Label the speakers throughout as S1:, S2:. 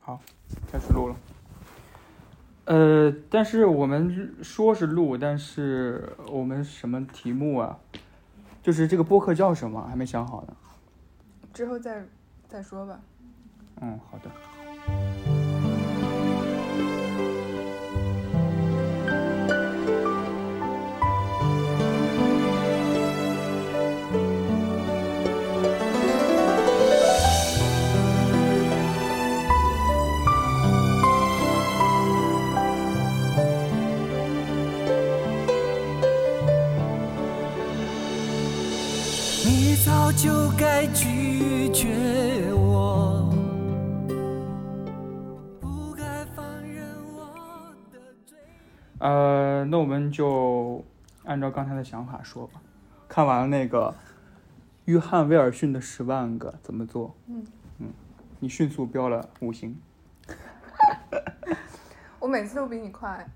S1: 好，开始录了。呃，但是我们说是录，但是我们什么题目啊？就是这个播客叫什么，还没想好呢。
S2: 之后再再说吧。
S1: 嗯，好的。
S3: 你早就该拒绝我，不该放任我的追。
S1: 呃，那我们就按照刚才的想法说吧。看完了那个约翰·威尔逊的《十万个怎么做》，
S2: 嗯
S1: 你迅速标了五星。
S2: 我每次都比你快，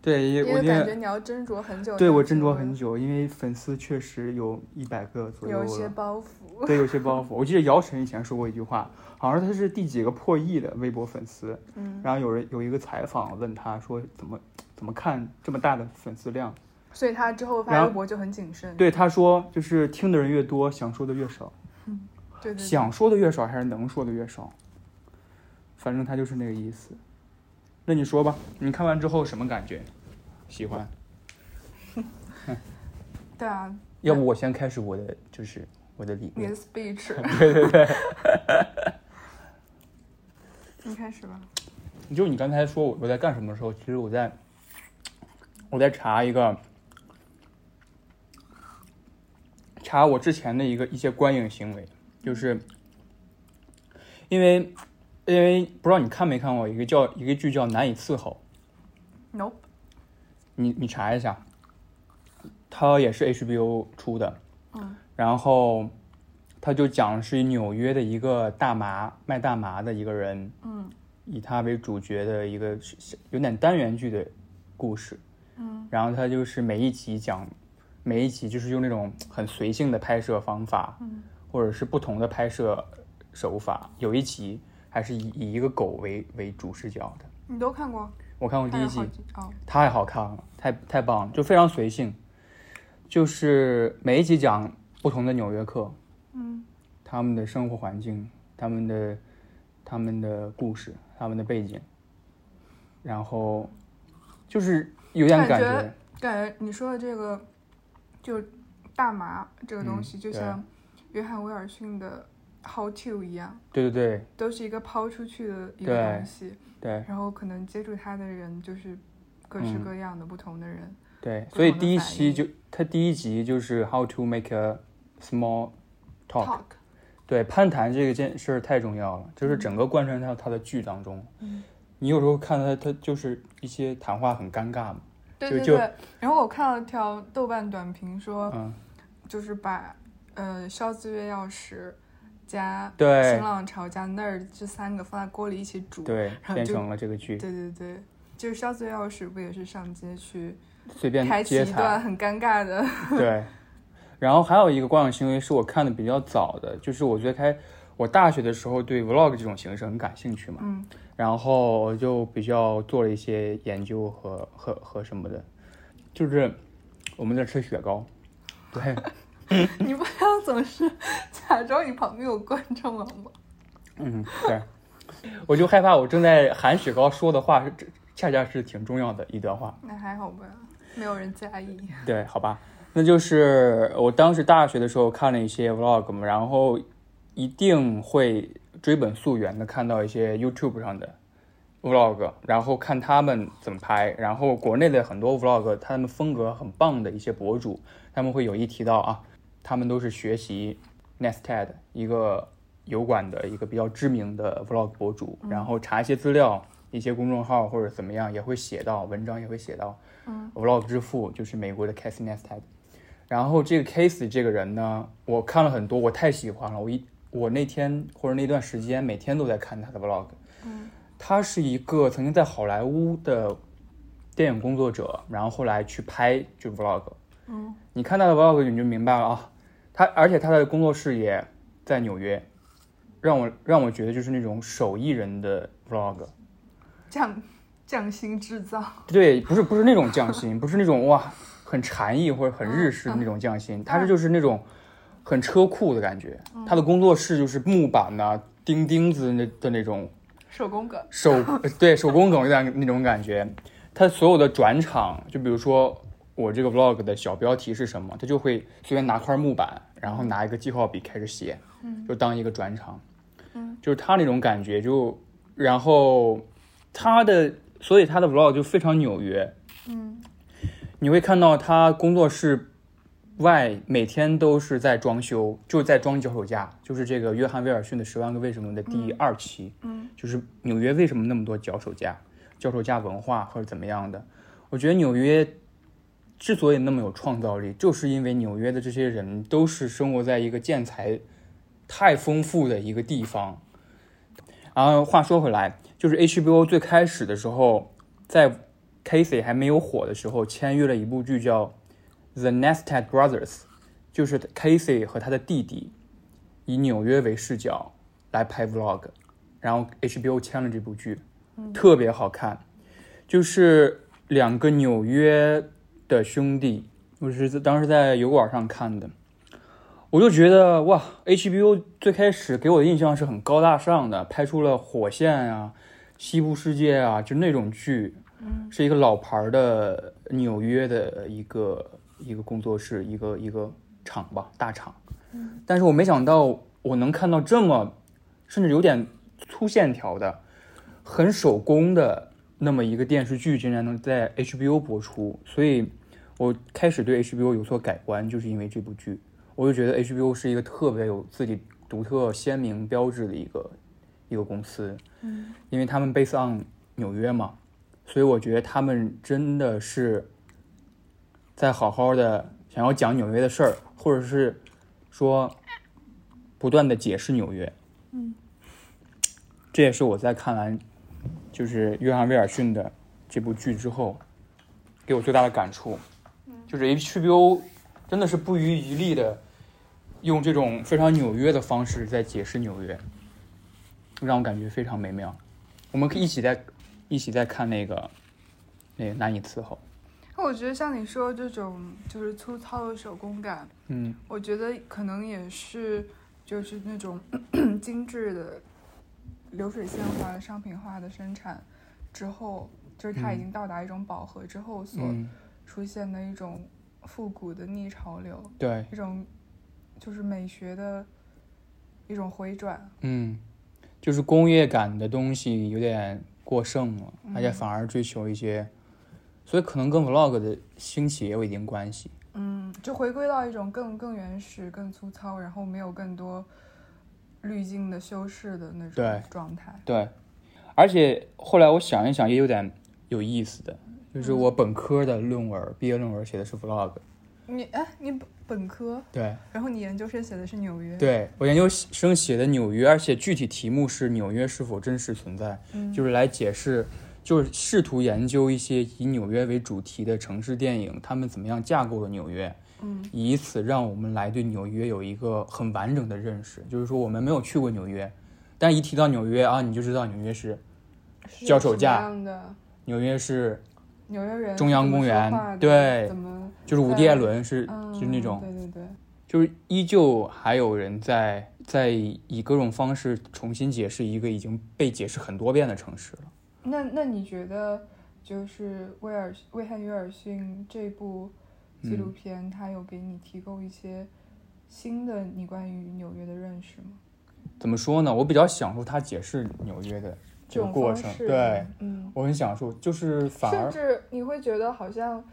S1: 对，也
S2: 因
S1: 我
S2: 为
S1: 今天
S2: 感觉你要斟酌很久。
S1: 对我
S2: 但
S1: 斟
S2: 是
S1: 酌很久，因为粉丝确实有一百个左右
S2: 有一些
S1: 了，
S2: 包袱。
S1: 对，有些包袱。我记得姚晨以前说过一句话，好像他是第几个破亿的微博粉丝，
S2: 嗯，
S1: 然后有人有一个采访问他说怎么怎么看这么大的粉丝量，
S2: 所以他之后
S1: 然
S2: 发
S1: 后
S2: 微博就很谨慎。
S1: 对他说就是听的人越多，想说的越少，
S2: 对对对，
S1: 想说的越少还是能说的越少，反正他就是那个意思。那你说吧，你看完之后什么感觉？喜欢？
S2: 对啊，
S4: 要不我先开始我的，就是我的理
S2: 你
S4: 念
S2: 的。speech。对对 对。你开始吧。
S4: 就是你刚才说我我在干什么的时候，其实我在我在查一个查我之前的一个一些观影行为，就是因为因为不知道你看没看过一个叫一个剧叫《难以伺候》，
S2: Nope。
S4: 你你查一下，它也是 HBO 出的，
S2: 嗯，
S4: 然后它就讲的是纽约的一个大麻卖大麻的一个人，
S2: 嗯，
S4: 以他为主角的一个是是有点单元剧的故事，
S2: 嗯，
S4: 然后他就是每一集讲，每一集就是用那种很随性的拍摄方法，
S2: 嗯，
S4: 或者是不同的拍摄手法，有一集还是以以一个狗为为主视角的，
S2: 你都看过？
S4: 我看过第
S2: 还
S4: 一
S2: 有
S4: 集
S2: 好，几哦，
S4: 太好看了，太太棒了，就非常随性，就是每一集讲不同的纽约客，
S2: 嗯
S4: 他们的生活环境、他们的、他们的故事、他们的背景，然后就是有点
S2: 感
S4: 感
S2: 觉感觉你说的这个，就大麻这个东
S4: 嗯
S2: 西，就
S4: 对
S2: 像约翰·威尔逊的《How to》一样，
S4: 对对对
S2: 都是一个抛出去的一个
S4: 对
S2: 东西。
S4: 对
S2: 然后可能接触他的人就是各式
S4: 嗯
S2: 各样的不同的人。
S4: 对，
S2: 不
S4: 所以
S2: 同的
S4: 第一
S2: 反
S4: 期
S2: 应
S4: 就他第一集就是 How to make a small talk，,
S2: Talk，
S4: 对攀谈这个件事儿太重要了，就是整个贯穿到他的剧当中。
S2: 嗯
S4: 你有时候看他，他就是一些谈话很尴尬嘛，
S2: 对
S4: 就
S2: 对
S4: 就
S2: 对。然后我看了条豆瓣短评说，
S4: 嗯，
S2: 就是把呃硝子月曜石加
S4: 对
S2: 新浪潮加 nerd 这三个放在锅里一起煮。
S4: 对，
S2: 后
S4: 变
S2: 就
S4: 成了这个剧，
S2: 对对对就是硝子月曜石不也是上街去
S4: 随便
S2: 开启
S4: 接
S2: 一
S4: 谈
S2: 段。很尴尬的？
S4: 对，然后还有一个观影行为是我看的比较早的，就是我最开我大学的时候对 vlog 这种形式很感兴趣嘛，
S2: 嗯，
S4: 然后我就比较做了一些研究和和和什么的，就是我们在吃雪糕，对，
S2: 你不要总是假装你旁边有观众好吗？
S4: 嗯，对，我就害怕我正在含雪糕说的话是这恰恰是挺重要的一段话，
S2: 那还好吧，没有人在意。
S4: 对，好吧，那就是我当时大学的时候看了一些 vlog 嘛，然后一定会追本溯源的看到一些 YouTube 上的 vlog，然后看他们怎么拍，然后国内的很多 vlog，他们风格很棒的一些博主，他们会有意提到啊，他们都是学习 Nested 一个油管的一个比较知名的 vlog 博主，然后查一些资料，一些公众号或者怎么样也会写到，文章也会写到。Vlog 之父就是美国的 Casey Neistat。然后这个 Casey 这个人呢，我看了很多，我太喜欢了。我一我那天或者那段时间每天都在看他的 Vlog。他是一个曾经在好莱坞的电影工作者，然后后来去拍就 Vlog。
S2: 嗯，
S4: 你看他的 Vlog 你就明白了啊。他而且他的工作室也在纽约，让我让我觉得就是那种手艺人的 vlog，
S2: 匠匠心制造，
S4: 对，不是不是那种匠心，不是那种哇很禅意或者很日式的那种匠心，它是就是那种很车库的感觉。他的工作室就是木板呐、钉钉子那的那种
S2: 手工梗，
S4: 手，呃对手工梗的那种感觉。它所有的转场，就比如说我这个 vlog 的小标题是什么，它就会随便拿块木板，然后拿一个记号笔开始写，就当一个转场。嗯，就是他那种感觉就，然后他的，所以他的 vlog 就非常纽约。
S2: 嗯，
S4: 你会看到他工作室外每天都是在装修，就在装脚手架，就是这个约翰威尔逊的《十万个为什么》的第二期，嗯，就是纽约为什么那么多脚手架，脚手架文化或者怎么样的。我觉得纽约之所以那么有创造力，就是因为纽约的这些人都是生活在一个建材太丰富的一个地方。然后话说回来，就是 HBO 最开始的时候，在 Casey 还没有火的时候，签约了一部剧叫《The Nested Brothers》，就是 Casey 和他的弟弟以纽约为视角来拍 vlog，然后 HBO 签了这部剧，特别好看，就是两个纽约的兄弟，我是在当时在油管上看的。我就觉得哇，HBO 最开始给我的印象是很高大上的，拍出了《火线》啊，《西部世界》啊，就那种剧，是一个老牌儿的纽约的一个一个工作室，一个一个厂吧，大厂。但是我没想到我能看到这么，甚至有点粗线条的、很手工的那么一个电视剧，竟然能在 HBO 播出，所以我开始对 HBO 有所改观，就是因为这部剧，我就觉得 HBO 是一个特别有自己独特鲜明标志的一个一个公司，嗯，因为他们 base on 纽约嘛，所以我觉得他们真的是在好好的想要讲纽约的事儿，或者是说不断的解释纽约。嗯，这也是我在看完就是约翰威尔逊的这部剧之后，给我最大的感触，就是 HBO 真的是不遗余力的用这种非常纽约的方式在解释纽约，让我感觉非常美妙。我们可以一起在一起在看那个那个难以伺候。
S2: 那我觉得像你说这种就是粗糙的手工感，
S4: 嗯，
S2: 我觉得可能也是就是那种 精致的流水线化的商品化的生产之后，就是它已经到达一种饱和之后所
S4: 嗯，
S2: 出现的一种复古的逆潮流，
S4: 对，
S2: 一种就是美学的一种回转。
S4: 嗯，就是工业感的东西有点过剩了，而且反而追求一些，所以可能跟 vlog 的兴起也有一定关系。
S2: 嗯，就回归到一种更更原始、更粗糙，然后没有更多滤镜的修饰的那
S4: 对
S2: 种状态。
S4: 对，而且后来我想一想，也有点有意思的，就是我本科的论文、毕业论文写的是 vlog，
S2: 你哎，你本本科，
S4: 对，
S2: 然后你研究生写的是纽约，
S4: 对我研究生写的纽约，而且具体题目是纽约是否真实存在，
S2: 嗯
S4: 就是来解释，就是试图研究一些以纽约为主题的城市电影，他们怎么样架构了纽约，嗯，以此让我们来对纽约有一个很完整的认识。就是说，我们没有去过纽约，但一提到纽约啊，你就知道纽约是
S2: 是
S4: 交手
S2: 什么
S4: 架
S2: 样的
S4: 纽约是
S2: 纽约人，
S4: 中央公园
S2: 怎么说话的
S4: 对
S2: 怎么
S4: 就是伍迪·艾伦是
S2: 嗯，
S4: 就是那种
S2: 对对对，
S4: 就是依旧还有人在在以各种方式重新解释一个已经被解释很多遍的城市了。
S2: 那那你觉得，就是威尔威汉约尔逊这部纪
S4: 嗯
S2: 录片，它有给你提供一些新的你关于纽约的认识吗？
S4: 怎么说呢？我比较享受他解释纽约的这
S2: 这
S4: 个
S2: 种
S4: 过
S2: 方
S4: 程，
S2: 式，
S4: 对，
S2: 嗯，
S4: 我很享受。就是反
S2: 甚
S4: 而
S2: 至你会觉得好像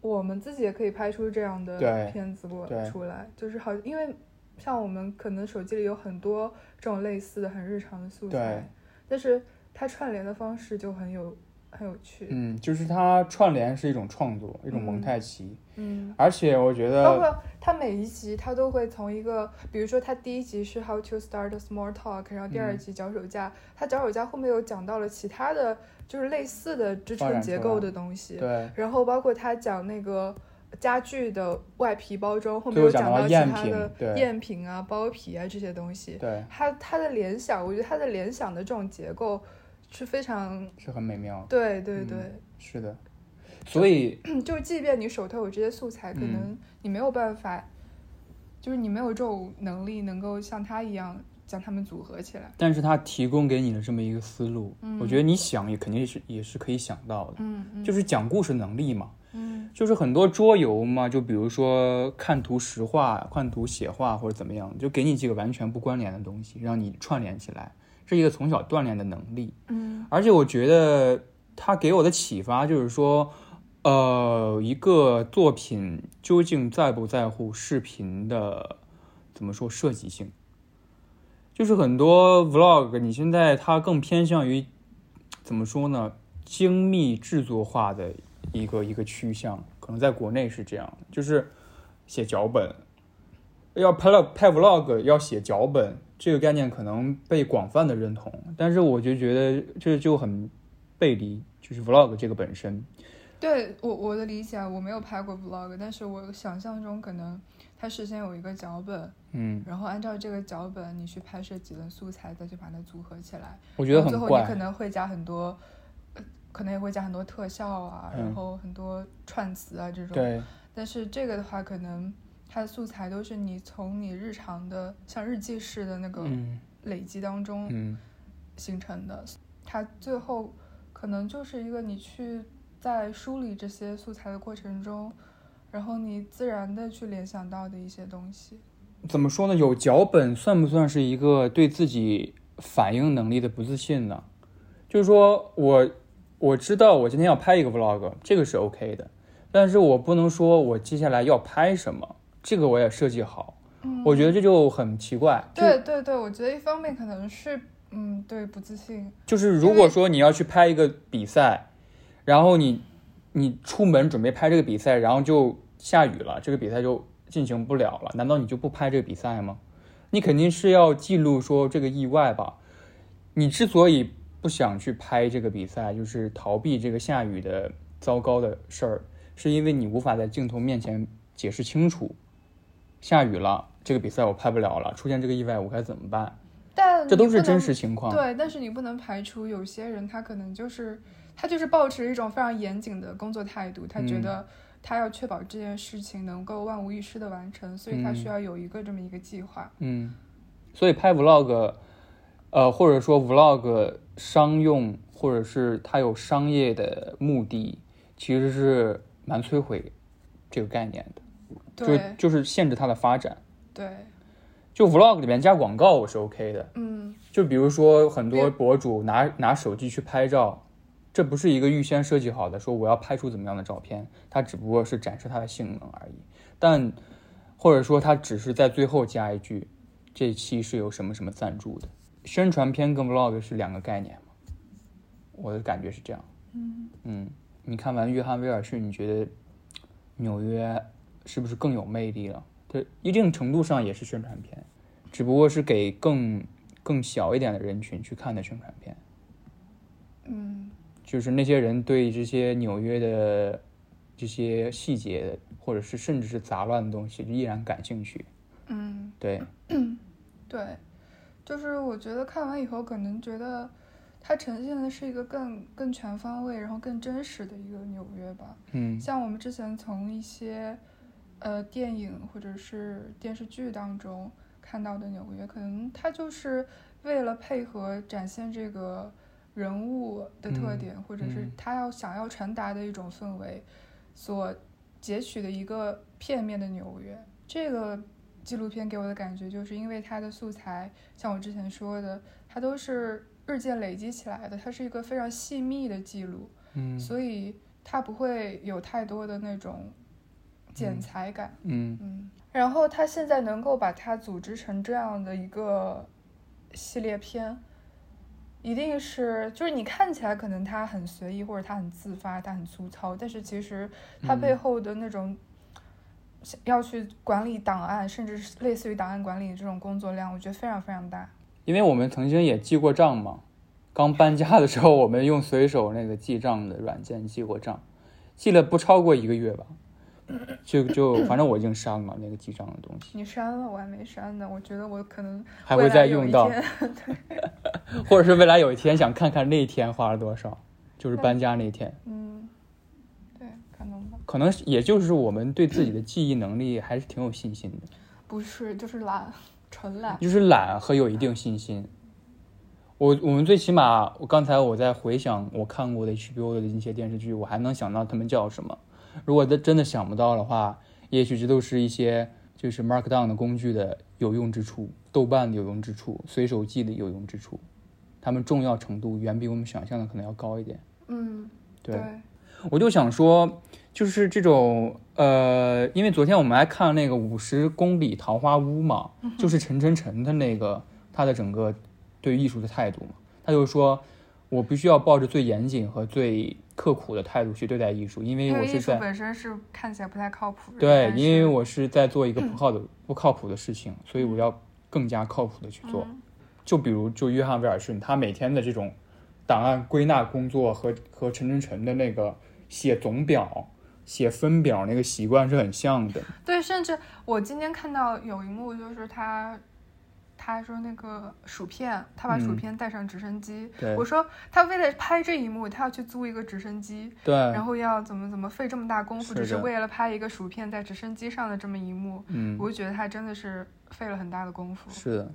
S2: 我们自己也可以拍出这样的
S4: 对
S2: 片子过
S4: 对
S2: 出来，就是好，因为像我们可能手机里有很多这种类似的很日常的素
S4: 对
S2: 材，但是它串联的方式就很有很有趣，
S4: 嗯，就是它串联是一种创作，一种蒙太奇。
S2: 嗯
S4: 而且我觉
S2: 包
S4: 得，
S2: 括他每一集，他都会从一个，比如说他第一集是 How to Start a Small Talk，然后第
S4: 嗯
S2: 二集脚手架，他脚手架后面又讲到了其他的，就是类似的支
S4: 发展
S2: 撑
S4: 出
S2: 结
S4: 来
S2: 构的东西，
S4: 对
S2: 然后包括他讲那个家具的外皮包装，后面
S4: 最后
S2: 有
S4: 讲到
S2: 讲其
S4: 赝
S2: 他
S4: 品
S2: 的
S4: 对
S2: 赝品啊、包皮啊这些东西。
S4: 对，
S2: 它它的联想，我觉得它的联想的这种结构是非常
S4: 是很美妙的。
S2: 对对对，
S4: 是的，所以
S2: 就即便你手头有这些素材，可
S4: 嗯
S2: 能你没有办法，就是你没有这种能力能够像他一样将它们组合起来。
S4: 但是它提供给你的这么一个思路，我觉得你想也肯定是也是可以想到的，
S2: 嗯嗯
S4: 就是讲故事能力嘛，
S2: 嗯
S4: 就是很多桌游嘛，就比如说看图识画、看图写画或者怎么样，就给你几个完全不关联的东西，让你串联起来，是一个从小锻炼的能力。
S2: 嗯
S4: 而且我觉得它给我的启发就是说，呃，一个作品究竟在不在乎视频的怎么说设计性？就是很多 vlog，你现在它更偏向于怎么说呢？精密制作化的一个一个趋向，可能在国内是这样，就是写脚本，要拍了拍 vlog 要写脚本，这个概念可能被广泛的认同，但是我就觉得这就很背离就是 vlog 这个本身。
S2: 对我我的理解，啊我没有拍过 vlog，但是我想象中可能它事先有一个脚本，
S4: 嗯，
S2: 然后按照这个脚本你去拍摄几轮素材，再去把它组合起来。
S4: 我
S2: 我
S4: 觉得
S2: 最
S4: 很
S2: 后你可
S4: 怪。
S2: 能会加很多，呃可能也会加很多特效啊，
S4: 嗯
S2: 然后很多串词啊这种。
S4: 对，
S2: 但是这个的话，可能它的素材都是你从你日常的像日记式的那个
S4: 嗯
S2: 累积当中
S4: 嗯，
S2: 形成的，它最后可能就是一个你去在梳理这些素材的过程中，然后你自然的去联想到的一些东西。
S4: 怎么说呢？有脚本算不算是一个对自己反应能力的不自信呢？就是说我我知道我今天要拍一个 vlog，这个是 OK 的，但是我不能说我接下来要拍什么，这个我也设计好。我觉得这就很奇怪。就
S2: 嗯对对对，我觉得一方面可能是嗯，对不自信，
S4: 就是如果说你要去拍一个比赛，然后你你出门准备拍这个比赛，然后就下雨了，这个比赛就进行不了了，难道你就不拍这个比赛吗？你肯定是要记录说这个意外吧。你之所以不想去拍这个比赛，就是逃避这个下雨的糟糕的事儿，是因为你无法在镜头面前解释清楚，下雨了，这个比赛我拍不了了，出现这个意外我该怎么办？
S2: 但
S4: 这都
S2: 你
S4: 是
S2: 不
S4: 真
S2: 能
S4: 实情况。
S2: 对，但是你不能排除有些人他可能就是他就是抱持一种非常严谨的工作态度，他觉
S4: 嗯
S2: 得他要确保这件事情能够万无一失的完成，所以他需
S4: 嗯
S2: 要有一个这么一个计划。
S4: 嗯，所以拍 vlog，呃，或者说 vlog 商用，或者是它有商业的目的，其实是蛮摧毁这个概念的，就
S2: 对
S4: 就是限制它的发展。
S2: 对，
S4: 就 vlog 里面加广告我是 OK 的，
S2: 嗯，
S4: 就比如说很
S2: 没
S4: 多
S2: 有
S4: 博主拿拿手机去拍照，这不是一个预先设计好的，说我要拍出怎么样的照片，它只不过是展示它的性能而已。但或者说它只是在最后加一句，这期是有什么什么赞助的。宣传片跟 vlog 是两个概念嘛？我的感觉是这样。嗯你看完约翰威尔逊，你觉得纽约是不是更有魅力了？它一定程度上也是宣传片，只不过是给更更小一点的人群去看的宣传片。
S2: 嗯，
S4: 就是那些人对这些纽约的这些细节，或者是甚至是杂乱的东西依然感兴趣。
S2: 嗯，
S4: 对，
S2: 对，就是我觉得看完以后可能觉得它呈现的是一个更更全方位，然后更真实的一个纽约吧。
S4: 嗯
S2: 像我们之前从一些呃电影或者是电视剧当中看到的纽约，可能它就是为了配合展现这个人物的特
S4: 嗯
S2: 点，或者是
S4: 嗯
S2: 他要想要传达的一种氛围，所截取的一个片面的纽约。这个纪录片给我的感觉，就是因为它的素材，像我之前说的，它都是日渐累积起来的，它是一个非常细密的记录。
S4: 嗯
S2: 所以它不会有太多的那种剪裁感，
S4: 嗯
S2: 嗯。然后它现在能够把它组织成这样的一个系列片，一定是就是你看起来可能它很随意，或者它很自发，它很粗糙，但是其实它
S4: 嗯
S2: 背后的那种。要去管理档案，甚至是类似于档案管理这种工作量，我觉得非常非常大。
S4: 因为我们曾经也记过账嘛，刚搬家的时候，我们用随手那个记账的软件记过账，记了不超过一个月吧。就就反正我已经删了那个记账的东西，
S2: 你删了，我还没删呢。我觉得我可能
S4: 还
S2: 未
S4: 会
S2: 来
S4: 再
S2: 有一
S4: 用到，
S2: 天
S4: 或者是未来有一天想看看那一天花了多少，就是搬家那一天，
S2: 嗯，对，可能吧。
S4: 可能是也就是我们对自己的记忆能力还是挺有信心的，
S2: 不是，就是懒，纯懒。
S4: 就是懒和有一定信心。我我们最起码，我刚才我在回想我看过的 HBO 的一些电视剧，我还能想到他们叫什么。如果真真的想不到的话，也许这都是一些就是 Markdown 的工具的有用之处，豆瓣的有用之处，随手记的有用之处，它们重要程度远比我们想象的可能要高一点。
S2: 嗯，
S4: 对，我就想说，就是这种呃，因为昨天我们还看了那个《五十公里桃花坞》嘛，
S2: 嗯
S4: 就是陈晨晨的那个他的整个对艺术的态度嘛，他就说我必须要抱着最严谨和最刻苦的态度去对待艺术，因为
S2: 因
S4: 我
S2: 为艺
S4: 是
S2: 术
S4: 在
S2: 本身是看起来不太靠谱的。
S4: 对，
S2: 但
S4: 因为
S2: 是嗯
S4: 我是在做一个不靠的、不靠谱的事情，所以我要更加靠谱的去做。
S2: 嗯
S4: 就比如，就约翰威尔逊，他每天的这种档案归纳工作和和陈晨晨的那个写总表、写分表那个习惯是很像 的。
S2: 对，甚至我今天看到有一幕，就是他他说那个薯片，他把薯
S4: 嗯
S2: 片带上直升机。
S4: 对
S2: 我说他为了拍这一幕，他要去租一个直升机，
S4: 对，
S2: 然后要怎么怎么费这么大功夫，
S4: 是
S2: 只是
S4: 的
S2: 为了拍一个薯片在直升机上的这么一幕。
S4: 嗯，
S2: 我就觉得他真的是费了很大的功夫。
S4: 是的，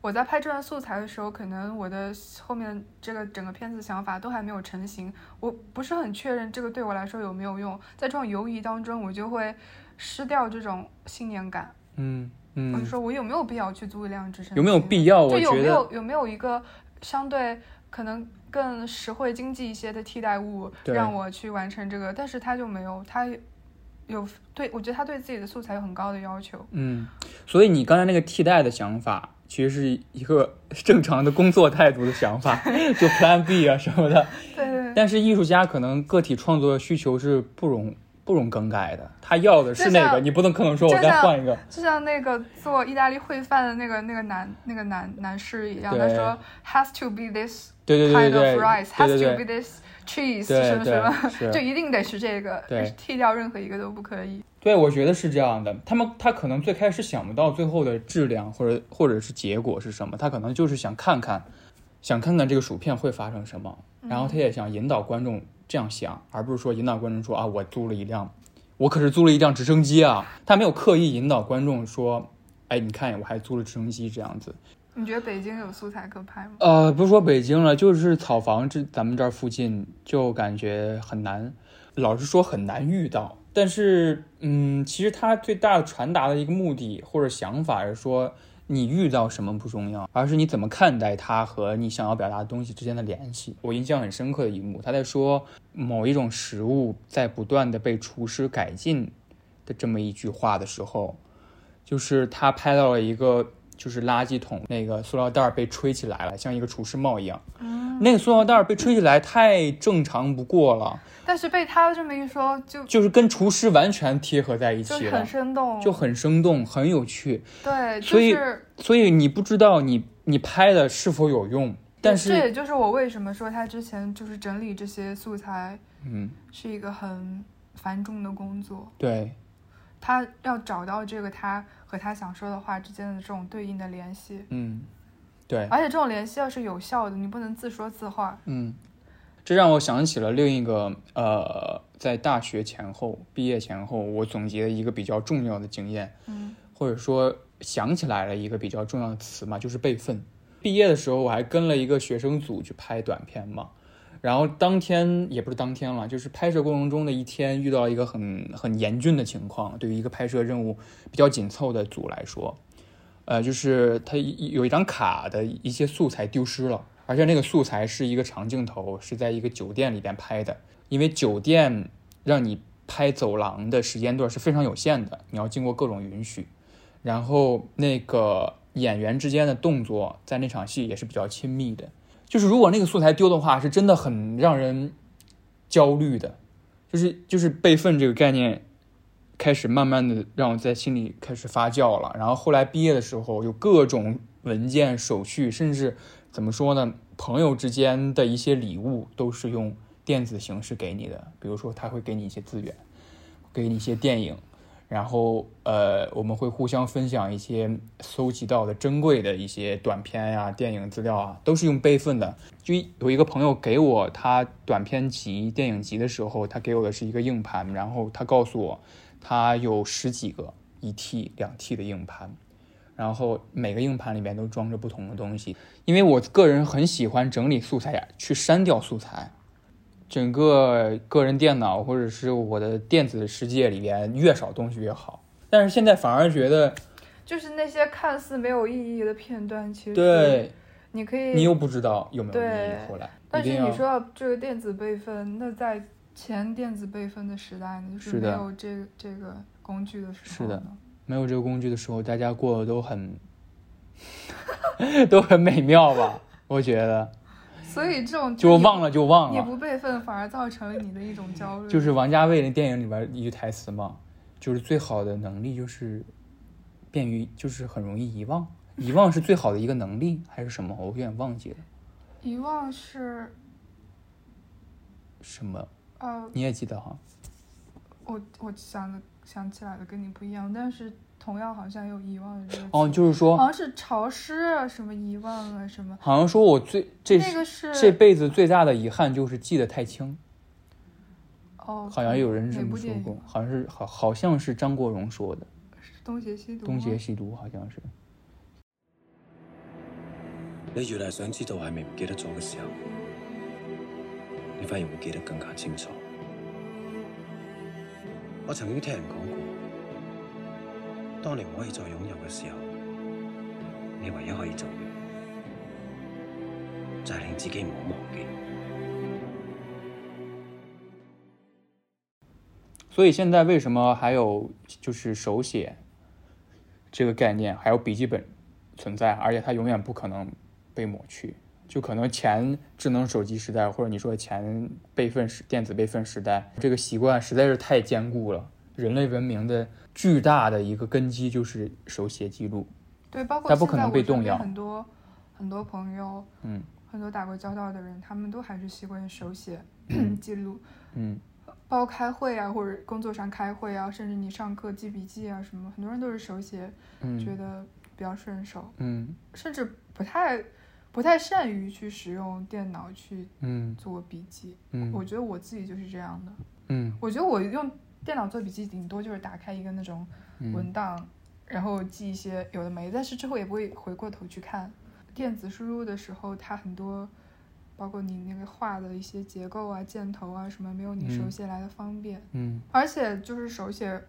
S2: 我在拍这段素材的时候，可能我的后面这个整个片子想法都还没有成型，我不是很确认这个对我来说有没有用。在这种犹疑当中，我就会失掉这种信念感。
S4: 嗯
S2: 我就
S4: 嗯，
S2: 说我有没有必要去租一辆直升机？
S4: 有没有必要？
S2: 就
S4: 我
S2: 有
S4: 觉
S2: 没
S4: 得
S2: 有有没有一个相对可能更实惠、经济一些的替代物，
S4: 对
S2: 让我去完成这个？但是他就没有，他有对我觉得他对自己的素材有很高的要求。
S4: 嗯，所以你刚才那个替代的想法，其实是一个 正常的工作态度的想法， 就 Plan B 啊什么 的。
S2: 对对对，
S4: 但是艺术家可能个体创作的需求是不容不容更改的，他要的是
S2: 就
S4: 那个，
S2: 像
S4: 你不能可能说我
S2: 就
S4: 再
S2: 像
S4: 换一个。
S2: 就像那个做意大利烩饭的那个那个男那个男男士一样，他
S4: 对
S2: 说 has to be this
S4: 对对对
S2: kind
S4: 对
S2: of
S4: 对
S2: rice,
S4: 对
S2: has
S4: 对
S2: to be
S4: 对
S2: this cheese 什么
S4: 对
S2: 什么，
S4: 对，。
S2: 就是一定得是这个
S4: 对，
S2: 剃掉任何一个都不可以。
S4: 对，我觉得是这样的。他们他可能最开始想不到最后的质量或者或者是结果是什么，他可能就是想看看，想看看这个薯片会发生什么，
S2: 嗯
S4: 然后他也想引导观众这样想，而不是说引导观众说啊，我租了一辆，我可是租了一辆直升机啊。他没有刻意引导观众说，哎，你看我还租了直升机这样子。
S2: 你觉得北京有素材可拍吗？
S4: 呃，不是说北京了，就是草房这咱们这儿附近就感觉很难，老实说很难遇到。但是，嗯，其实它最大的传达的一个目的或者想法是说，你遇到什么不重要，而是你怎么看待它和你想要表达的东西之间的联系。我印象很深刻的一幕，他在说某一种食物在不断的被厨师改进的这么一句话的时候，就是他拍到了一个就是垃圾桶那个塑料袋儿被吹起来了，像一个厨师帽一样。
S2: 啊
S4: 那个塑料袋儿被吹起来太正常不过了，
S2: 但是被他这么一说，就
S4: 就是跟厨师完全贴合在一
S2: 就
S4: 起
S2: 很
S4: 了，
S2: 生动，
S4: 就很生动，很有趣。
S2: 对，就
S4: 所以
S2: 是。
S4: 所以你不知道你你拍的是否有用，但
S2: 这
S4: 是
S2: 也就是我为什么说他之前就是整理这些素材
S4: 嗯，
S2: 是一个很繁重的工作，
S4: 对
S2: 他要找到这个他和他想说的话之间的这种对应的联系，
S4: 嗯对
S2: 而且这种联系要是有效的，你不能自说自话。
S4: 嗯，这让我想起了另一个呃，在大学前后毕业前后，我总结的一个比较重要的经验。
S2: 嗯
S4: 或者说想起来了一个比较重要的词嘛，就是备份。毕业的时候，我还跟了一个学生组去拍短片嘛，然后当天也不是当天了，就是拍摄过程中的一天，遇到一个很很严峻的情况，对于一个拍摄任务比较紧凑的组来说，呃，就是他有一张卡的一些素材丢失了，而且那个素材是一个长镜头，是在一个酒店里边拍的，因为酒店让你拍走廊的时间段是非常有限的，你要经过各种允许。然后那个演员之间的动作在那场戏也是比较亲密的。就是如果那个素材丢的话，是真的很让人焦虑的。就是就是备份这个概念开始慢慢的让我在心里开始发酵了。然后后来毕业的时候，有各种文件、手续，甚至怎么说呢，朋友之间的一些礼物都是用电子形式给你的，比如说他会给你一些资源。给你一些电影，然后呃，我们会互相分享一些搜集到的珍贵的一些短片呀、电影资料啊，都是用备份的。就有一个朋友给我他短片集、电影集的时候，他给我的是一个硬盘，然后他告诉我他有十几个一 T、两 T 的硬盘。然后每个硬盘里面都装着不同的东西，因为我个人很喜欢整理素材，去删掉素材。整个个人电脑或者是我的电子世界里边，越少东西越好。但是现在反而觉得，
S2: 就是那些看似没有意义的片段，其实
S4: 对
S2: 你可以
S4: 你又不知道有没有意义
S2: 对。
S4: 后来，
S2: 但
S4: 一
S2: 是
S4: 定
S2: 你
S4: 要
S2: 说到这个电子备份，那在前电子备份的时代呢，就是
S4: 是
S2: 没
S4: 的
S2: 有这个这个工具的时候
S4: 是的
S2: 呢
S4: 没有这个工具的时候，大家过得都很 都很美妙吧？我觉得，
S2: 所以这种
S4: 就
S2: 你
S4: 忘了就忘
S2: 你
S4: 了。
S2: 不备份，反而造成了你的一种焦虑。
S4: 就是王家卫那电影里边一句台词嘛，就是最好的能力就是便于就是很容易遗忘，遗忘是最好的一个能力 还是什么？我有点忘记了
S2: 遗忘是
S4: 什么，
S2: 呃，
S4: 你也记得哈？
S2: 我我想的想起来的跟你不一样，但是同样好像有遗忘的这个词。
S4: 哦，就是说，
S2: 好像是潮湿啊，什么遗忘啊，什么
S4: 好像说我最这
S2: 那个是
S4: 这辈子最大的遗憾就是记得太清，
S2: 哦，
S4: 好像有人这
S2: 哪
S4: 么
S2: 部
S4: 说
S2: 电影啊
S4: 过，好像是好好像是张国荣说的，
S2: 是东邪西毒
S4: 《
S2: 吗
S4: 东邪西毒》好像是。
S5: 你越係想知道係咪唔記得咗嘅時候，你反而會記得更加清楚。我曾經聽人講過，當你唔可以再擁有嘅時候，你唯一可以做嘅就係令自己唔好忘記。
S4: 所以现在为什么还有就是手写这个概念，还有笔记本存在，而且它永远不可能被抹去。就可能前智能手机时代，或者你说前备份时电子备份时代，这个习惯实在是太坚固了。人类文明的巨大的一个根基就是手写记录。
S2: 对，包括
S4: 它不
S2: 现
S4: 可
S2: 在
S4: 能
S2: 我
S4: 被
S2: 身
S4: 动
S2: 边
S4: 摇
S2: 很多很多朋友，
S4: 嗯，
S2: 很多打过交道的人，他们都还是习惯手 写记录，
S4: 嗯，
S2: 包括开会啊，或者工作上开会啊，甚至你上课记笔记啊什么，很多人都是手写，觉
S4: 嗯
S2: 得比较顺手，
S4: 嗯
S2: 甚至不太不太善于去使用电脑去
S4: 嗯
S2: 做笔记。我
S4: 嗯
S2: 觉得我自己就是这样的，
S4: 嗯
S2: 我觉得我用电脑做笔记，顶多就是打开一个那种文
S4: 嗯，
S2: 档，然后记一些有的没，但是之后也不会回过头去看。电子输入的时候，它很多，包括你那个画的一些结构啊、箭头啊什么，没有你手
S4: 嗯
S2: 写来的方便。
S4: 嗯
S2: 而且就是手写，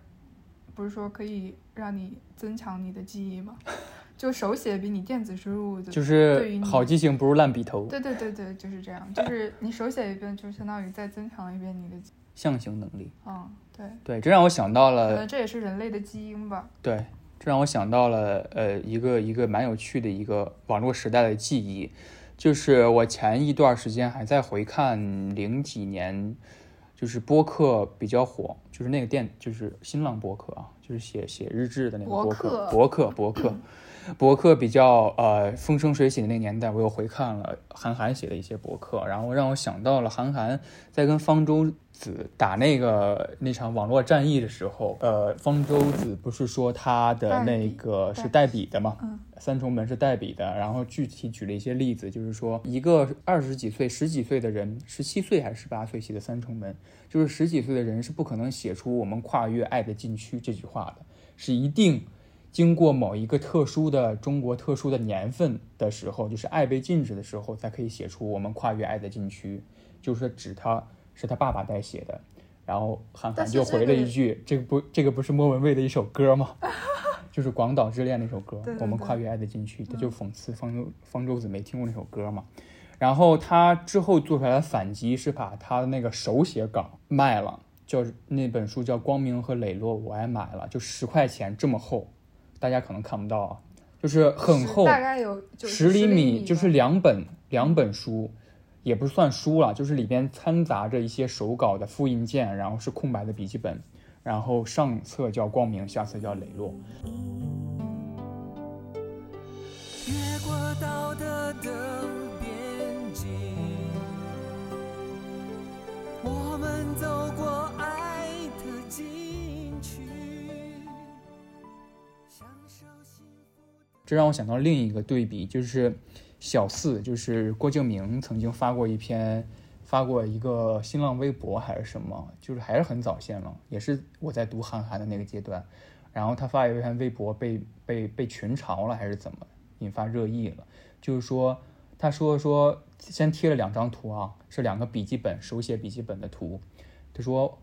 S2: 不是说可以让你增强你的记忆吗？ 就手写比你电子输入的，对于
S4: 是
S2: 你
S4: 好记性不如烂笔头，
S2: 对对对对，就是这样，就是你手写一遍，就相当于再增强一遍你的记，
S4: 象形能力。
S2: 嗯，对，
S4: 对，这让我想到
S2: 可
S4: 了
S2: 能这也是人类的基因吧。
S4: 对，这让我想到了呃一个一个蛮有趣的一个网络时代的记忆，就是我前一段时间还在回看零几年，就是播客比较火，就是那个电就是新浪播客啊，就是写写日志的那个
S2: 博
S4: 播客
S2: 客
S4: 博客博 客博客比较呃风生水起的那个年代，我又回看了韩寒写的一些博客，然后让我想到了韩寒在跟方舟子打那个那场网络战役的时候，呃，方舟子不是说他的
S2: 代
S4: 那
S2: 笔
S4: 个是代
S2: 代
S4: 笔的嘛？
S2: 嗯
S4: 三重门是代笔的，然后具体举了一些例子，就是说一个二十几岁、十几岁的人，十七岁还是十八岁写的三重门，就是十几岁的人是不可能写出“我们跨越爱的禁区”这句话的，是一定经过某一个特殊的中国特殊的年份的时候，就是爱被禁止的时候，才可以写出“我们跨越爱的禁区”，就是指他是他爸爸代写的。然后韩寒
S2: 但是
S4: 就回
S2: 这
S4: 了
S2: 个
S4: 一句：“这个不，这个不是莫文蔚的一首歌吗？ 就是《广岛之恋》那首歌，
S2: 对对
S4: 我们
S2: 对
S4: 跨越爱的禁区，他就讽刺方舟方舟子没听过那首歌嘛。然后他之后做出来的反击是把他的那个手写稿卖了，叫那本书叫《光明和磊落》，我也买了，就十块钱这么厚，大家可能看不到啊，就是很
S2: 是
S4: 厚，
S2: 大概有九
S4: 十厘米就是
S2: 吧
S4: 两本两本书，也不算书了，就是里边掺杂着一些手稿的复印件，然后是空白的笔记本，然后上册叫光明，下册叫磊落。
S3: 越过道德的边境，我们走过爱的荆
S4: 这让我想到另一个对比，就是小四，就是郭敬明曾经发过一篇，发过一个新浪微博还是什么，就是还是很早先了，也是我在读韩寒的那个阶段。然后他发一篇微博被被被群嘲了还是怎么，引发热议了，就是说。他说说先贴了两张图啊，是两个笔记本手写笔记本的图。他说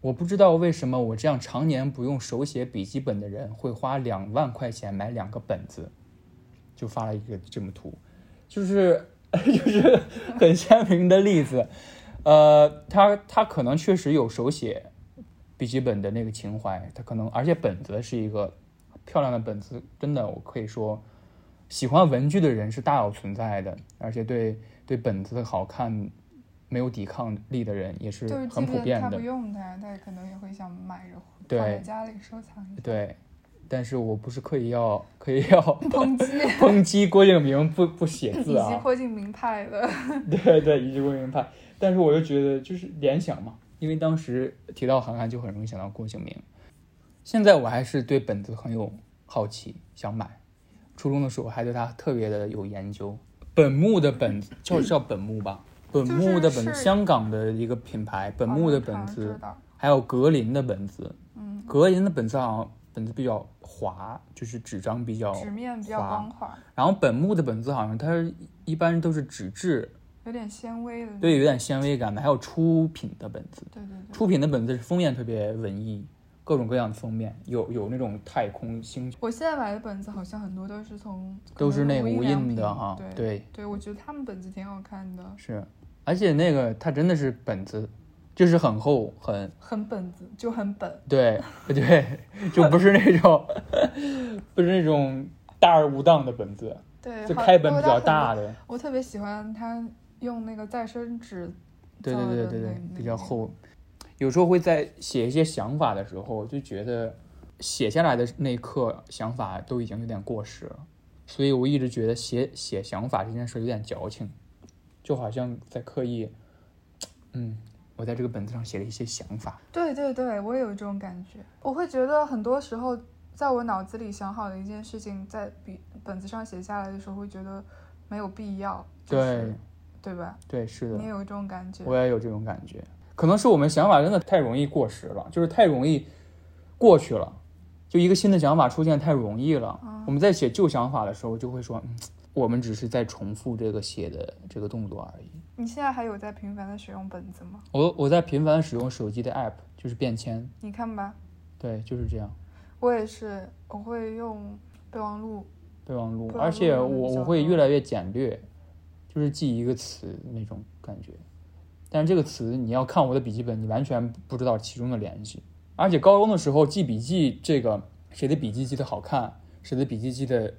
S4: 我不知道为什么我这样常年不用手写笔记本的人会花两万块钱买两个本子，就发了一个这么图，就是 就是很鲜明的例子。呃，他他可能确实有手写笔记本的那个情怀，他可能而且本子是一个漂亮的本子，真的我可以说。喜欢文具的人是大有存在的，而且对对本子好看、没有抵抗力的人也是
S2: 就是即
S4: 很普
S2: 便
S4: 遍
S2: 他
S4: 的
S2: 不。用它，他可能也会想买着放
S4: 对
S2: 在家里收藏一下。
S4: 对，但是我不是刻意要刻意要
S2: 抨击
S4: 抨击郭敬明不不写字
S2: 以及
S4: 啊，
S2: 郭敬明派的，
S4: 对对，以及郭敬明派。但是我又觉得就是联想嘛，因为当时提到韩寒就很容易想到郭敬明。现在我还是对本子很有好奇，想买。初中的时候还对他特别的有研究。本木的本子叫叫本木吧，本木的本
S2: 就
S4: 子，
S2: 是是
S4: 香港的一个品牌，本木的本
S2: 哦那我好像
S4: 子
S2: 知，道
S4: 还有格林的本子。
S2: 嗯，
S4: 格林的本子好像本子比较滑，就是纸张比较
S2: 纸面比较
S4: 滑
S2: 光滑，
S4: 然后本木的本子好像它一般都是纸质，
S2: 有点纤维的。
S4: 对，有点纤维感的。还有出品的本子，
S2: 对对对，
S4: 出品的本子是封面特别文艺，各种各样的封面，有有那种太空星，
S2: 我现在买的本子好像很多都是从
S4: 都是那
S2: 可能
S4: 无
S2: 嗯良
S4: 印
S2: 品
S4: 的哈。
S2: 对
S4: 对，
S2: 对，我觉得他们本子挺好看的，
S4: 是，而且那个它真的是本子，就是很厚，很
S2: 很本子就很本。
S4: 对对，就不是那种 不是那种大而无当的本子，
S2: 对，
S4: 就
S2: 好
S4: 开本
S2: 我
S4: 比
S2: 倒
S4: 较
S2: 很
S4: 大的，
S2: 我特别喜欢他用那个再生纸
S4: 对
S2: 造
S4: 对
S2: 的那，
S4: 对对对
S2: 那，
S4: 比较
S2: 个。
S4: 厚。有时候会在写一些想法的时候，就觉得写下来的那一刻想法都已经有点过时了，所以我一直觉得写写想法这件事有点矫情，就好像在刻意，嗯，我在这个本子上写了一些想法，
S2: 对对对，我也有这种感觉。我会觉得很多时候，在我脑子里想好的一件事情，在笔本子上写下来的时候，会觉得没有必要。就是、对，对吧？
S4: 对，是的
S2: 你也，有这种感觉。
S4: 我也有这种感觉。可能是我们想法真的太容易过时了，就是太容易过去了，就一个新的想法出现太容易了。我们在写旧想法的时候，就会说，嗯，我们只是在重复这个写的这个动作而已。
S2: 你现在还有在频繁的使用本子吗？
S4: 我我在频繁使用手机的 app，就是便签，
S2: 你看吧，
S4: 对，就是这样
S2: 我也是，我会用备忘录。
S4: 备忘录
S2: 备忘。录
S4: 而且
S2: 用
S4: 我
S2: 得比较
S4: 我会
S2: 多
S4: 越来越简略，就是记一个词那种感觉。但是这个词你要看我的笔记本，你完全不知道其中的联系。而且高中的时候记笔记，这个谁的笔记记得好看，谁的笔记记得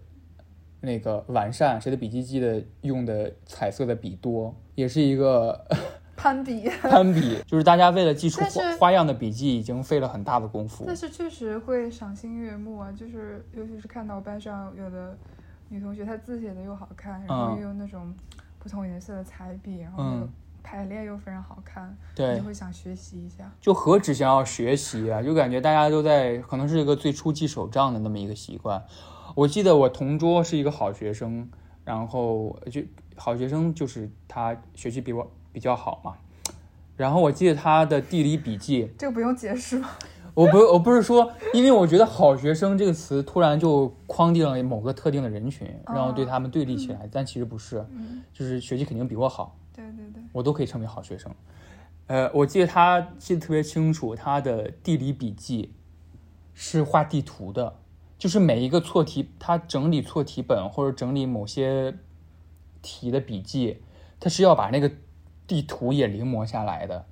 S4: 那个完善，谁的笔记记得用的彩色的笔多，也是一个
S2: 攀比，
S4: 攀比。就是大家为了记出
S2: 但是
S4: 花花样的笔记，已经费了很大的功夫
S2: 但。是确实会赏心悦目啊，就是尤其是看到班上有的女同学，她字写的又好看，然后
S4: 嗯
S2: 又有那种不同颜色的彩笔，然后那个排列又非常好看，你
S4: 对
S2: 就，会想学习一下。
S4: 就何止想要学习啊，就感觉大家都在，可能是一个最初记手账的那么一个习惯。我记得我同桌是一个好学生，然后就好学生就是他学习比我比较好嘛。然后我记得他的地理笔记，
S2: 这个不用解释吧？
S4: 我不我不是说，因为我觉得“好学生”这个词突然就框定了某个特定的人群，让我对他们对立起来，但其实不是，
S2: 嗯，
S4: 就是学习肯定比我好，
S2: 对对对，
S4: 我都可以成为好学生。呃，我记得他记得特别清楚，他的地理笔记是画地图的，就是每一个错题，他整理错题本或者整理某些题的笔记，他是要把那个地图也临摹下来的。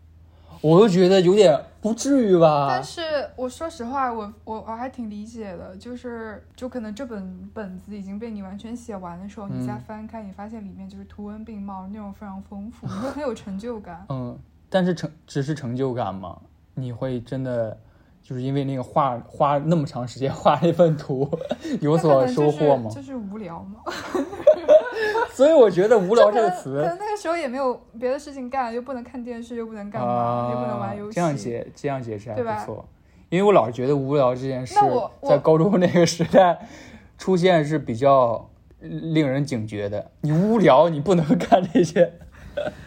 S4: 我就觉得有点不至于吧
S2: 但，是我说实话，我我我还挺理解的，就是就可能这本本子已经被你完全写完的时候，你再
S4: 嗯
S2: 翻开，你发现里面就是图文并茂，内容非常丰富，你会很有成 就感。
S4: 嗯，但是成只是成就感嘛，你会真的就是因为那个画花那么长时间画那份图，有
S2: 那可
S4: 所
S2: 能
S4: 收获吗？
S2: 就是？就是无聊嘛。
S4: 所以我觉得“无聊”这个
S2: 可能可
S4: 词
S2: 能那个时候也没有别的事情干，又不能看电视，又不能干嘛，
S4: 啊，
S2: 又不能玩游戏。
S4: 这样解这样解释还
S2: 对吧
S4: 不错，因为我老觉得无聊这件事
S2: 那我，我
S4: 在高中那个时代出现是比较令人警觉的。你无聊，你不能看这些。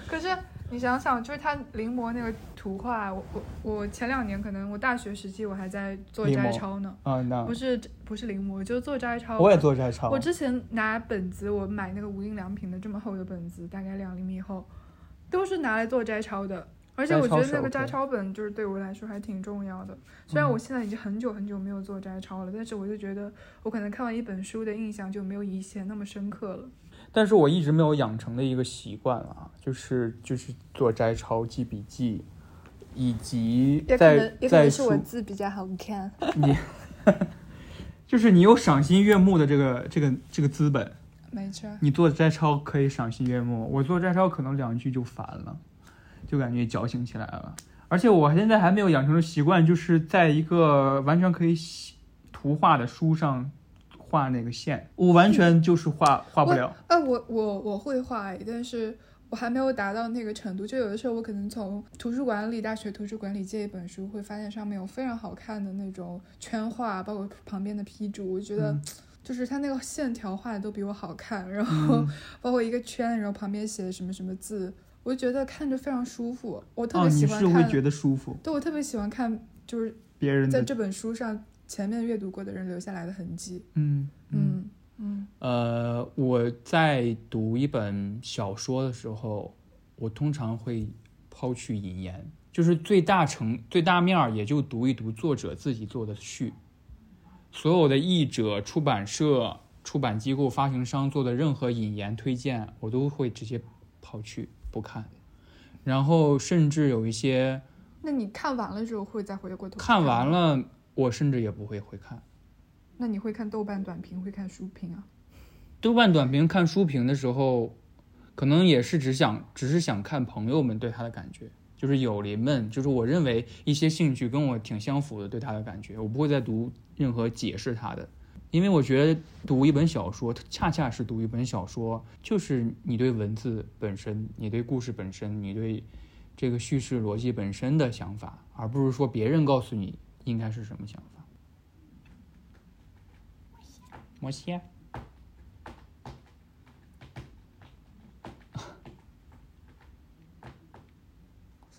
S2: 可是你想想，就是他临摹那个图画，我我我前两年可能我大学时期我还在做
S1: 临摹
S2: 摘抄呢，
S1: 啊，那
S2: 不是不是临摹，就是做摘抄。
S1: 我也做摘抄
S2: 我，之前拿本子，我买那个无印良品的这么厚的本子，大概两厘米厚，都是拿来做摘抄的。而且我觉得那个
S4: 摘抄手
S2: 摘抄本就是对我来说还挺重要的。虽然
S1: 嗯
S2: 我现在已经很久很久没有做摘抄了，但是我就觉得我可能看完一本书的印象就没有以前那么深刻了。
S1: 但是我一直没有养成的一个习惯啊，就是就是做摘抄、记笔记，以及在在书
S2: 字比较好看。
S1: 你，就是你有赏心悦目的这个这个这个资本，
S2: 没错，
S1: 你做摘抄可以赏心悦目，我做摘抄可能两句就烦了，就感觉矫情起来了。而且我现在还没有养成的习惯，就是在一个完全可以写图画的书上画那个线，我完全就是画画不了。
S2: 啊，我我我会画诶，但是我还没有达到那个程度。就有的时候，我可能从图书馆里、大学图书馆里借一本书，会发现上面有非常好看的那种圈画，包括旁边的批注，我觉得。
S1: 嗯
S2: 就是它那个线条画的都比我好看，然
S1: 嗯
S2: 后 包括一个圈，然后旁边写什么什么字，我就觉得看着非常舒服。我特
S1: 哦，
S2: 别
S1: 你
S2: 喜欢
S1: 是
S2: 看，
S1: 会觉得舒服，
S2: 对我特别喜欢看，就是
S1: 别人
S2: 在
S1: 的
S2: 这本书上前面阅读过的人留下来的痕迹。
S1: 嗯嗯
S2: 嗯嗯，
S4: 呃，我在读一本小说的时候，我通常会抛去引言，就是最大成最大面儿也就读一读作者自己做的序，所有的译者、出版社、出版机构、发行商做的任何引言推荐，我都会直接抛去不看，然后甚至有一些
S2: 那你看完了之后会再回过头去
S4: 看
S2: 吗
S4: 完了，我甚至也不会回看。
S2: 那你会看豆瓣短评，会看书评啊？
S4: 豆瓣短评看书评的时候，可能也是只想只是想看朋友们对他的感觉，就是友邻们，就是我认为一些兴趣跟我挺相符的对他的感觉，我不会再读任何解释他的，因为我觉得读一本小说，恰恰是读一本小说，就是你对文字本身，你对故事本身，你对这个叙事逻辑本身的想法，而不是说别人告诉你应该是什么想法。摩西啊。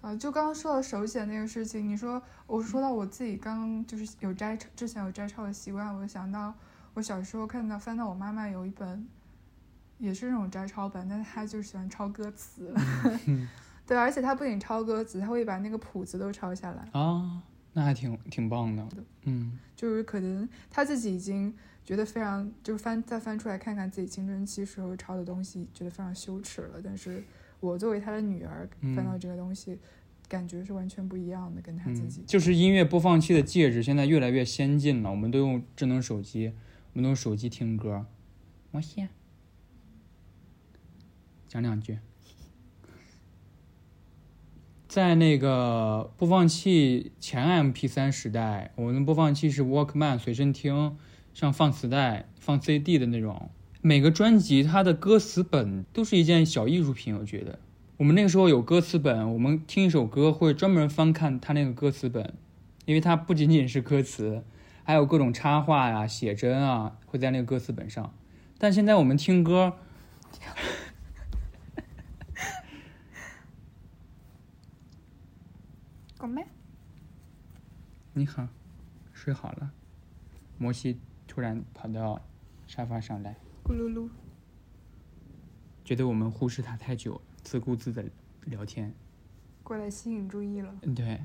S2: 啊，就刚刚说到手写那个事情，你说我说到我自己刚刚就是有摘抄，之前有摘抄的习惯，我就想到我小时候看到翻到我妈妈有一本，也是那种摘抄本，但是她就是喜欢抄歌词， 对，而且她不仅抄歌词，她会把那个谱子都抄下来。
S4: 啊，那还挺挺棒的。嗯，
S2: 就是可能他自己已经觉得非常，就是翻再翻出来看看自己青春期时候抄的东西，觉得非常羞耻了。但是我作为他的女儿，
S4: 嗯
S2: 翻到这个东西，感觉是完全不一样的，跟他自
S4: 嗯
S2: 己。
S4: 就是音乐播放器的介质现在越来越先进了，我们都用智能手机，我们都用手机听歌。摩西，讲两句。在那个播放器前 MP3 时代，我们的播放器是 Walkman 随身听，像放磁带、放 CD 的那种。每个专辑它的歌词本都是一件小艺术品，我觉得。我们那个时候有歌词本，我们听一首歌会专门翻看它那个歌词本，因为它不仅仅是歌词，还有各种插画呀、写真啊，会在那个歌词本上。但现在我们听歌，
S2: 狗妹，
S4: 你好，睡好了。摩西突然跑到沙发上来，
S2: 咕噜噜，
S4: 觉得我们忽视他太久了，自顾自的聊天。
S2: 过来吸引注意了。
S4: 嗯，对，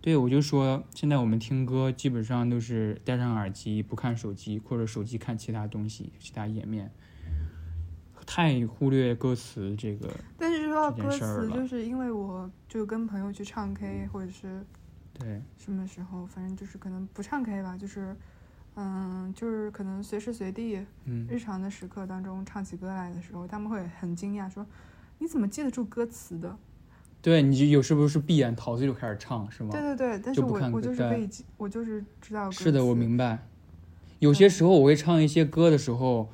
S4: 对，我就说，现在我们听歌基本上都是戴上耳机，不看手机，或者手机看其他东西、其他页面，太忽略歌词这个。
S2: 但是说到
S4: 这
S2: 歌
S4: 件事儿嗯
S2: 词，
S4: 了
S2: 就是因为我就跟朋友去唱 K，或者是
S4: 对，
S2: 什么时候，反正就是可能不唱 K 吧，就是。嗯，就是可能随时随地，
S4: 嗯，
S2: 日常的时刻当中唱起歌来的时候，他们会很惊讶说：“你怎么记得住歌词的？”
S4: 对，你就有时不是闭眼桃子就开始唱是吗？
S2: 对对对，但是
S4: 就不
S2: 我
S4: 看
S2: 我
S4: 歌
S2: 就是
S4: 单
S2: 可以记，我就是知道歌词。
S4: 是的，我明白。有些时候我会唱一些歌的时候，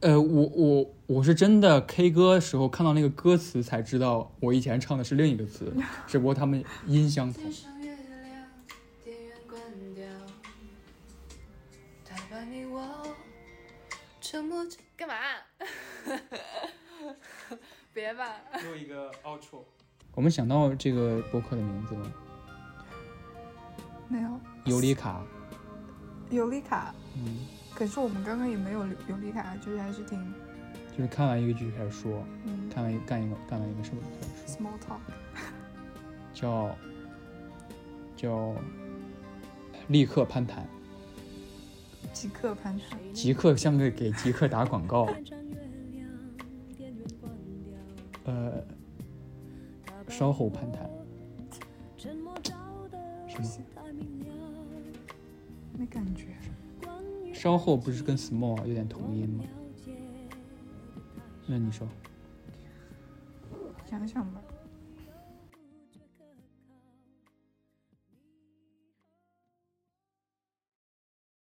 S4: 呃，我我我是真的 K 歌的时候看到那个歌词才知道我以前唱的是另一个词，只不过他们音相同
S6: 天。上月亮，电源关掉，它把你我
S7: 沉默着干嘛？别吧，
S8: 又一个 outro。
S4: 我们想到这个博客的名字吗？
S2: 没有
S4: 尤里卡。
S2: 尤里卡，
S4: 嗯，
S2: 可是我们刚刚也没有尤里卡，就是还是挺
S4: 就是看完一个剧就开始说，
S2: 嗯
S4: 看完一个干一个干完一个事儿就开始说，
S2: small talk。
S4: 叫叫立刻攀谈。
S2: 即刻攀谈，
S4: 极客像个给极客打广告，呃，稍后攀谈。什么？
S2: 没感觉。
S4: 稍后不是跟 small 有点同音吗？那你说，
S2: 想想吧，